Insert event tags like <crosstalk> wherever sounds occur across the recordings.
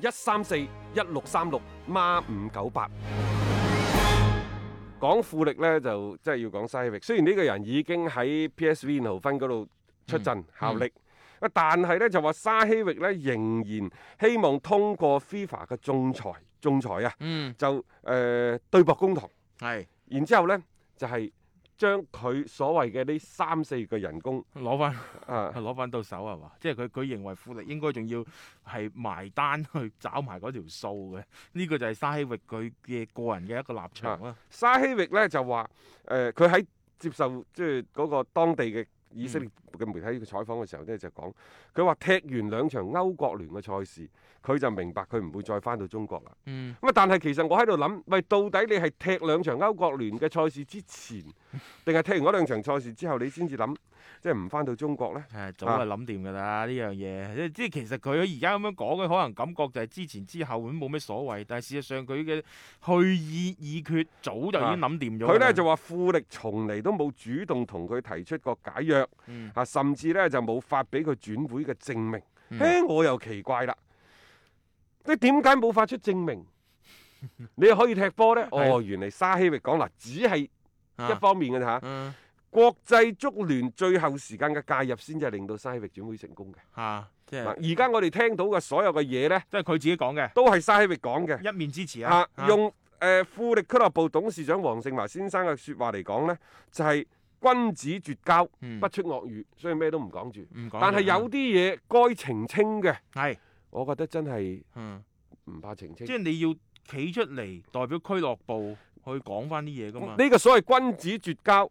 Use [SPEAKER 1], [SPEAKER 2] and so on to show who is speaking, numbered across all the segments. [SPEAKER 1] 一三四一六三六孖五九八。講富力呢，就真係要講西域。雖然呢個人已經喺 PSV 侯芬嗰度出陣、效力，但係呢，就話沙希域呢，仍然希望通過 FIFA 嘅仲裁，仲裁啊！
[SPEAKER 2] 嗯，
[SPEAKER 1] 就誒、呃、對簿公堂，
[SPEAKER 2] 係
[SPEAKER 1] 然之後呢，就係、將佢所謂嘅呢三四月嘅人工
[SPEAKER 2] 攞翻
[SPEAKER 1] 啊，
[SPEAKER 2] <laughs> 攞翻到手係嘛？即係佢佢認為富力應該仲要係埋單去找埋嗰條數嘅，呢、個就係沙希域佢嘅個人嘅一個立場啦。
[SPEAKER 1] 沙希域呢就話誒，佢、喺接受即係嗰個當地嘅以色列嘅媒體嘅採訪嘅時候呢，就講佢話踢完兩場歐國聯嘅賽事，佢就明白佢唔會再翻到中國啦。
[SPEAKER 2] 嗯，
[SPEAKER 1] 咁啊，但係其實我喺度諗，喂，到底你係踢兩場歐國聯嘅賽事之前，定係踢完嗰兩場賽事之後，你先至諗即係唔翻到中國呢？
[SPEAKER 2] 誒早係諗掂㗎啦呢樣嘢，即即係其實佢而家咁樣講，佢可能感覺就係之前之後咁冇咩所謂，但係事實上佢嘅去意已決，早就已經諗掂咗㗎啦。
[SPEAKER 1] 佢呢就話富力從嚟都冇主動同佢提出過解約，
[SPEAKER 2] 嗯
[SPEAKER 1] 啊，甚至呢就冇發俾佢轉會嘅證明。
[SPEAKER 2] 嗯
[SPEAKER 1] 嘿，我又奇怪啦，你點解冇發出證
[SPEAKER 2] <laughs>
[SPEAKER 1] 明？你可以踢波呢？
[SPEAKER 2] 係
[SPEAKER 1] 哦，原嚟沙希域講嗱，只係一
[SPEAKER 2] 啊
[SPEAKER 1] 方面嘅嚇。
[SPEAKER 2] 嗯
[SPEAKER 1] 國際足聯最後時間嘅介入先至係令到沙希域轉會成功嘅。
[SPEAKER 2] 嚇，啊即
[SPEAKER 1] 嗱
[SPEAKER 2] 係
[SPEAKER 1] 而家我哋聽到嘅所有嘅嘢呢，
[SPEAKER 2] 即係佢自己講嘅，
[SPEAKER 1] 都係沙希域講嘅。
[SPEAKER 2] 一面支持啊
[SPEAKER 1] 啊，，用誒、呃富力俱樂部董事長黃聖華先生嘅説話嚟講呢就係、君子絕交，
[SPEAKER 2] 嗯
[SPEAKER 1] 不出惡語，所以咩都唔講住。
[SPEAKER 2] 唔講
[SPEAKER 1] 但係
[SPEAKER 2] 嘢啊
[SPEAKER 1] 有啲嘢該澄清嘅，
[SPEAKER 2] 係
[SPEAKER 1] 我覺得真係
[SPEAKER 2] 嗯。
[SPEAKER 1] 唔怕澄清。
[SPEAKER 2] 即係你要企出嚟代表俱樂部去講翻啲嘢噶嘛？
[SPEAKER 1] 呢個所謂君子絕交，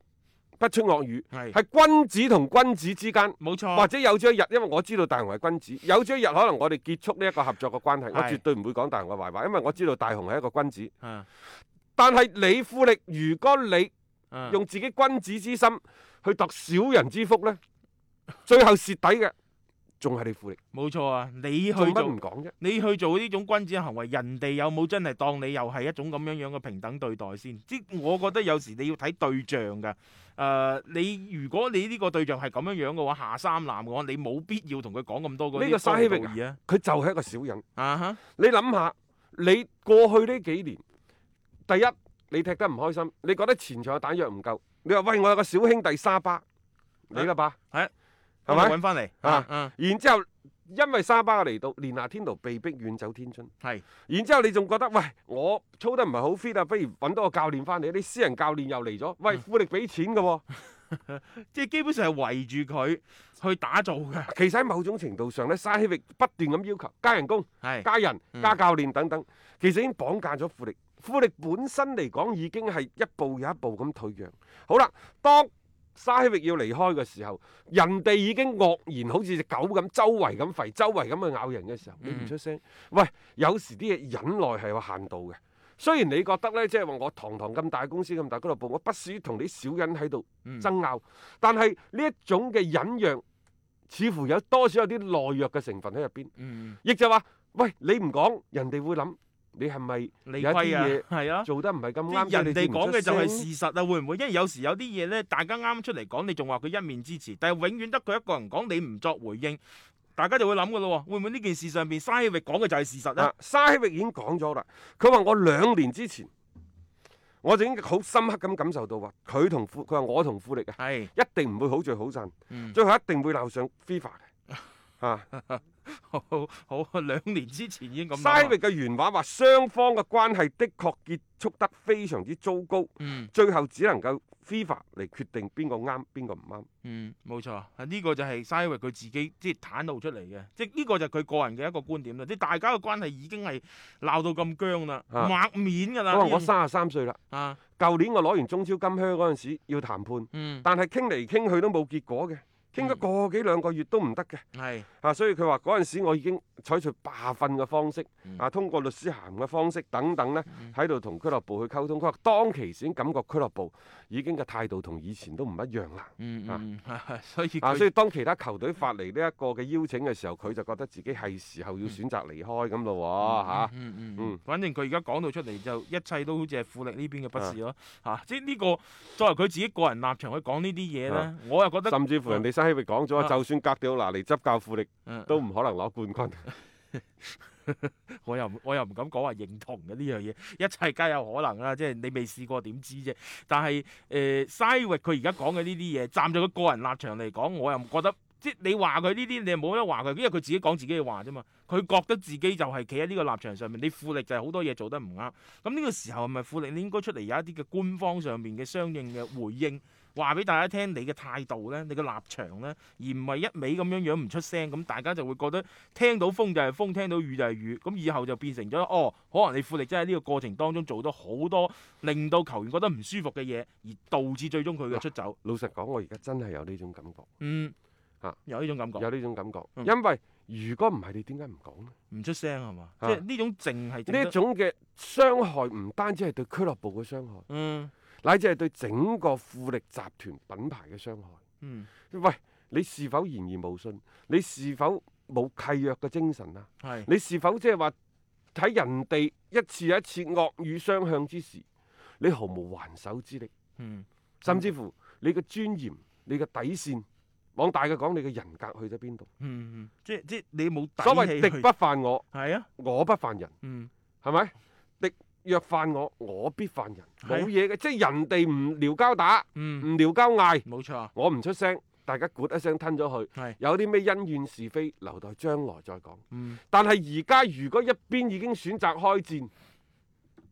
[SPEAKER 1] 不出惡語，
[SPEAKER 2] 係哦
[SPEAKER 1] 係君子同君子之間。
[SPEAKER 2] 冇
[SPEAKER 1] 或
[SPEAKER 2] 錯，啊
[SPEAKER 1] 者有朝一日，因為我知道大雄係君子，有朝一日可能我哋結束呢一個合作嘅關係，我
[SPEAKER 2] 係
[SPEAKER 1] 絕對唔會講大雄嘅壞話，因為我知道大雄係一個君子。
[SPEAKER 2] 嗯
[SPEAKER 1] 但係你富力，如果你
[SPEAKER 2] 嗯
[SPEAKER 1] 用自己君子之心去度小人之腹呢，最後蝕底嘅仲係你富力，
[SPEAKER 2] 冇錯啊！你去
[SPEAKER 1] 做乜
[SPEAKER 2] 做
[SPEAKER 1] 唔講啫？
[SPEAKER 2] 你去做呢種君子行為，人哋有冇真係當你又係一種咁樣樣嘅平等對待先？即我覺得有時你要睇對象㗎。誒、呃你如果你呢個對象係咁樣樣嘅話，下三濫嘅話，你冇必要同佢講咁多嗰
[SPEAKER 1] 呢
[SPEAKER 2] 啲
[SPEAKER 1] 個沙希域
[SPEAKER 2] 道義啊！
[SPEAKER 1] 佢就係一個小人。
[SPEAKER 2] 啊哈，
[SPEAKER 1] 你諗下，你過去呢幾年，第一你踢得唔開心，你覺得前場嘅彈藥唔夠，你話喂我有個小兄弟沙巴，你啦吧，
[SPEAKER 2] 啊係啊
[SPEAKER 1] 係
[SPEAKER 2] 我
[SPEAKER 1] 咪？
[SPEAKER 2] 揾翻嚟
[SPEAKER 1] 啊
[SPEAKER 2] 啊？嗯，
[SPEAKER 1] 然之後，因為沙巴嘅嚟到，連拿天奴被逼遠走天津。
[SPEAKER 2] 係。
[SPEAKER 1] 然之後你仲覺得喂，我操得唔係好 fit 啊，不如揾多個教練翻嚟。啲私人教練又嚟咗，喂，
[SPEAKER 2] 嗯
[SPEAKER 1] 富力俾錢嘅喎。
[SPEAKER 2] 即係基本上係圍住佢去打造嘅，
[SPEAKER 1] 其實喺某種程度上咧，沙希域不斷咁要求加人工、
[SPEAKER 2] 係
[SPEAKER 1] 加人、
[SPEAKER 2] 嗯
[SPEAKER 1] 加教練等等，其實已經綁架咗富力。富力本身嚟講已經係一步有一步咁退讓。好啦，當沙希域要離開嘅時候，人哋已經愕然好似只狗咁，周圍咁吠，周圍咁去咬人嘅時候，你唔
[SPEAKER 2] 嗯
[SPEAKER 1] 出聲。喂，有時啲嘢忍耐係有限度嘅。雖然你覺得呢，即係話我堂堂咁大公司咁大俱樂部，我不屑於同啲小人喺度
[SPEAKER 2] 嗯
[SPEAKER 1] 爭拗，但係呢一種嘅忍讓，似乎有多少有啲懦弱嘅成分喺入邊。
[SPEAKER 2] 嗯，
[SPEAKER 1] 亦就話，喂，你唔講，人哋會諗你係咪
[SPEAKER 2] 理
[SPEAKER 1] 有一啲
[SPEAKER 2] 虧
[SPEAKER 1] 嘢
[SPEAKER 2] 啊， <laughs> 係啊。
[SPEAKER 1] 做得唔係咁啱？
[SPEAKER 2] 啲人哋講嘅就係
[SPEAKER 1] 係
[SPEAKER 2] 事實啊，會唔會？因為有時有啲嘢呢，大家啱出嚟講，你仲話佢一面之詞，但係永遠得佢一個人講，你唔作回應，大家就會諗噶咯喎，會唔會呢件事上邊沙希域講嘅就係事實咧
[SPEAKER 1] 啊，？沙希域已經講咗啦，佢話我兩年之前，我就已經好深刻咁感受到話，佢同富，佢話我同富力啊，
[SPEAKER 2] 係，
[SPEAKER 1] 一定唔會好聚好
[SPEAKER 2] <laughs>
[SPEAKER 1] 散，
[SPEAKER 2] 嗯，
[SPEAKER 1] 最後一定會鬧上 FIFA
[SPEAKER 2] <laughs>
[SPEAKER 1] 嘅。啊！
[SPEAKER 2] 好好好兩年之前已經咁啊諗
[SPEAKER 1] 沙希
[SPEAKER 2] 啦
[SPEAKER 1] 域嘅原話話，雙方嘅關係的確結束得非常之糟糕，
[SPEAKER 2] 嗯
[SPEAKER 1] 最後只能夠 FIFA 嚟決定邊個啱，邊個唔啱。
[SPEAKER 2] 嗯，冇錯，啊呢個就係沙希域佢自己即係袒露出嚟嘅，即係呢個就係佢個人嘅一個觀點啦。即係大家嘅關係已經係鬧到咁僵啦，
[SPEAKER 1] 啊
[SPEAKER 2] 抹面㗎啦。
[SPEAKER 1] 佢話
[SPEAKER 2] 呢
[SPEAKER 1] 我
[SPEAKER 2] 樣
[SPEAKER 1] 三十三歲啦，
[SPEAKER 2] 啊，
[SPEAKER 1] 舊年我攞完中超金靴嗰陣時要談判。
[SPEAKER 2] 嗯
[SPEAKER 1] 但係傾嚟傾去都冇結果嘅。傾咗個幾兩個月都唔得嘅。
[SPEAKER 2] 係
[SPEAKER 1] 啊，所以佢話嗰陣時我已經採取罷訓嘅方式，
[SPEAKER 2] 嗯
[SPEAKER 1] 啊，通過律師函嘅方式等等呢，
[SPEAKER 2] 嗯
[SPEAKER 1] 喺度同俱樂部去溝通。佢話當其時已經感覺俱樂部已經嘅態度同以前都唔一樣啦。
[SPEAKER 2] 嗯
[SPEAKER 1] 啊
[SPEAKER 2] 嗯，嗯 <laughs> 所以
[SPEAKER 1] 啊，
[SPEAKER 2] 佢
[SPEAKER 1] 所以當其他球隊發嚟呢一個嘅邀請嘅時候，佢就覺得自己係時候要選擇離開咁咯喎嚇。
[SPEAKER 2] 嗯嗯
[SPEAKER 1] 嗯
[SPEAKER 2] 嗯，反正佢而家講到出嚟就一切都好似係富力呢邊嘅不是咯，
[SPEAKER 1] 啊
[SPEAKER 2] 嚇、即係呢個作為佢自己個人立場去講呢啲嘢咧
[SPEAKER 1] 啊，
[SPEAKER 2] 我又覺得，
[SPEAKER 1] 甚至乎人哋西希域講咗，
[SPEAKER 2] 啊
[SPEAKER 1] 就算格調拿嚟執教富力，
[SPEAKER 2] 嗯
[SPEAKER 1] 都唔可能攞冠軍。
[SPEAKER 2] 我又唔我又唔敢講話認同嘅呢樣嘢，一切皆有可能啦，即係你未試過點知啫。但係誒，西域佢而家講嘅呢啲嘢，站在佢個人立場嚟講，我又唔覺得。即係你話佢呢啲，你又冇得話佢，因為佢自己講自己嘅話啫嘛。佢覺得自己就係企喺呢個立場上面，你富力就係好多嘢做得唔啱。咁呢個時候係咪富力你應該出嚟有一啲嘅官方上面嘅相應嘅回應，話俾大家聽你嘅態度咧，你嘅立場咧，而唔係一味咁樣樣唔出聲，咁大家就會覺得聽到風就係風，聽到雨就係雨，咁以後就變成咗哦，可能你富力真係喺呢個過程當中做咗好多令到球員覺得唔舒服嘅嘢，而導致最終佢嘅出走。
[SPEAKER 1] 老實講，我而家真係有呢種感覺，
[SPEAKER 2] 嗯，
[SPEAKER 1] 啊
[SPEAKER 2] 有呢種感覺，
[SPEAKER 1] 有呢種感覺。
[SPEAKER 2] 嗯
[SPEAKER 1] 因為如果唔係，你點解唔講呢？
[SPEAKER 2] 唔出聲係嘛？即
[SPEAKER 1] 啊
[SPEAKER 2] 係呢種靜係整
[SPEAKER 1] 呢一
[SPEAKER 2] 得
[SPEAKER 1] 種嘅傷害唔單止係對俱樂部嘅傷害，
[SPEAKER 2] 嗯
[SPEAKER 1] 乃至係對整個富力集團品牌嘅傷害。
[SPEAKER 2] 嗯
[SPEAKER 1] 喂，你是否言而無信？你是否冇契約嘅精神啊？
[SPEAKER 2] 係
[SPEAKER 1] 你是否即係話睇人哋一次又一次惡語相向之時，你毫無還手之力，
[SPEAKER 2] 嗯
[SPEAKER 1] 甚至乎你嘅尊嚴、你嘅底線，往大嘅講，你嘅人格去咗邊度？
[SPEAKER 2] 嗯嗯，即係即係你冇底
[SPEAKER 1] 所
[SPEAKER 2] 氣
[SPEAKER 1] 謂敵
[SPEAKER 2] 去
[SPEAKER 1] 不犯我，
[SPEAKER 2] 係啊，
[SPEAKER 1] 我不犯人，
[SPEAKER 2] 嗯
[SPEAKER 1] 係咪？敵若犯我，我必犯人，
[SPEAKER 2] 係啊
[SPEAKER 1] 冇嘢嘅，即係人哋唔撩交打，
[SPEAKER 2] 嗯
[SPEAKER 1] 唔撩交嗌，
[SPEAKER 2] 冇錯
[SPEAKER 1] 我唔出聲，大家咕一聲吞咗佢。
[SPEAKER 2] 係
[SPEAKER 1] 有啲咩恩怨是非，留待將來再講。
[SPEAKER 2] 嗯。
[SPEAKER 1] 但係而家如果一邊已經選擇開戰，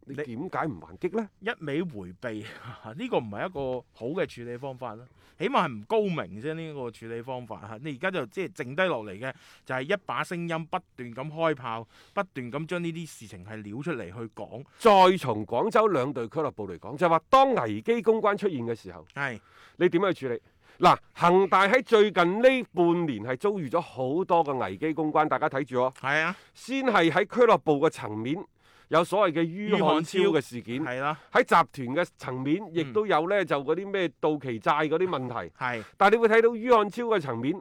[SPEAKER 1] 你
[SPEAKER 2] 你
[SPEAKER 1] 點解唔還擊呢？
[SPEAKER 2] 一味迴避， <laughs> 呢個唔係一個好嘅處理方法啦。起碼係唔高明先呢個處理方法嚇。你而家就即係剩低落嚟嘅就係一把聲音不斷咁開炮，不斷咁將呢啲事情係撩出嚟去講。
[SPEAKER 1] 再從廣州兩隊俱樂部嚟講，就係話當危機公關出現嘅時候，
[SPEAKER 2] 係
[SPEAKER 1] 你點樣去處理？嗱，恒大喺最近呢半年係遭遇咗好多嘅危機公關，大家睇住我，
[SPEAKER 2] 係啊，
[SPEAKER 1] 先係喺俱樂部嘅層面有所謂嘅於
[SPEAKER 2] 於
[SPEAKER 1] 漢
[SPEAKER 2] 漢
[SPEAKER 1] 超嗯
[SPEAKER 2] 超
[SPEAKER 1] 嘅事件，
[SPEAKER 2] 係啦，
[SPEAKER 1] 喺集團嘅層面亦都有呢，就嗰啲咩到期債嗰啲問題。
[SPEAKER 2] 係
[SPEAKER 1] 但係你會睇到於漢超嘅層面，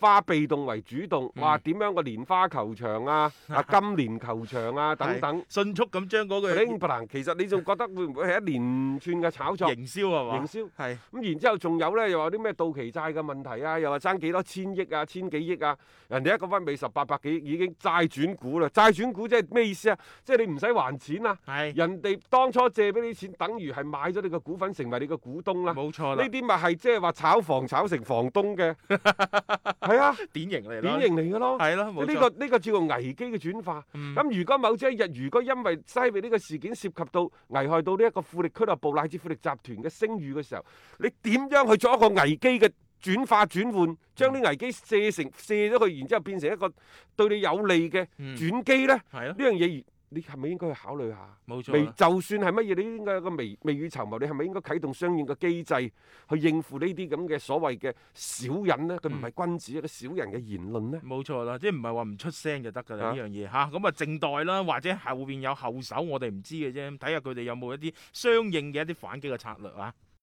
[SPEAKER 1] 化被動為主動，
[SPEAKER 2] 嗯
[SPEAKER 1] 話點樣個蓮花球場 <laughs> 啊、啊金蓮球場啊等等。
[SPEAKER 2] 迅速咁將嗰句
[SPEAKER 1] bling bling，其實你仲覺得會唔會係一連串嘅炒作
[SPEAKER 2] 營銷係
[SPEAKER 1] 營
[SPEAKER 2] 嘛？
[SPEAKER 1] 銷？
[SPEAKER 2] 係
[SPEAKER 1] 咁然之後仲有呢，又話啲咩到期債嘅問題啊，又話爭幾多千億啊、千幾億啊，人哋一個分美十八百幾億已經債轉股啦，債轉股即係咩意思啊？即係你唔使還錢啊，
[SPEAKER 2] 係
[SPEAKER 1] 人哋當初借俾你錢，等於係買咗你嘅股份，成為你嘅股東啦。
[SPEAKER 2] 冇錯
[SPEAKER 1] 呢
[SPEAKER 2] 啦，
[SPEAKER 1] 啲咪係即係話炒房炒成房東嘅，係啊，
[SPEAKER 2] <laughs> 典型嚟啦，
[SPEAKER 1] 典型嚟嘅咯。
[SPEAKER 2] 係啦，
[SPEAKER 1] 呢、
[SPEAKER 2] 冇
[SPEAKER 1] 個
[SPEAKER 2] 錯
[SPEAKER 1] 呢、個叫做危機嘅轉化。
[SPEAKER 2] 嗯
[SPEAKER 1] 咁、如果某一日，如果因為西比呢個事件涉及到危害到呢一個富力俱樂部乃至富力集團嘅聲譽嘅時候，你點樣去做一個危機嘅轉化轉換，將
[SPEAKER 2] 嗯
[SPEAKER 1] 啲危機卸成卸咗佢，然之後變成一個對你有利嘅
[SPEAKER 2] 嗯
[SPEAKER 1] 轉機呢？呢、
[SPEAKER 2] 係
[SPEAKER 1] 樣
[SPEAKER 2] 咯，
[SPEAKER 1] 嘢你係咪應該去考慮下？
[SPEAKER 2] 冇錯
[SPEAKER 1] 未
[SPEAKER 2] 啦，
[SPEAKER 1] 就算係乜嘢，你應該有個未未雨綢繆，你係咪應該啟動相應嘅機制去應付呢啲咁嘅所謂嘅小人呢？佢唔係君子，一個小人嘅言論呢。
[SPEAKER 2] 冇錯啦，即係唔係話唔出聲就得㗎
[SPEAKER 1] 啊
[SPEAKER 2] 啦呢樣嘢嚇，咁啊靜待啦，或者後邊有後手我哋唔知嘅啫，睇下佢哋有冇一啲相應嘅一啲反擊嘅策略啊。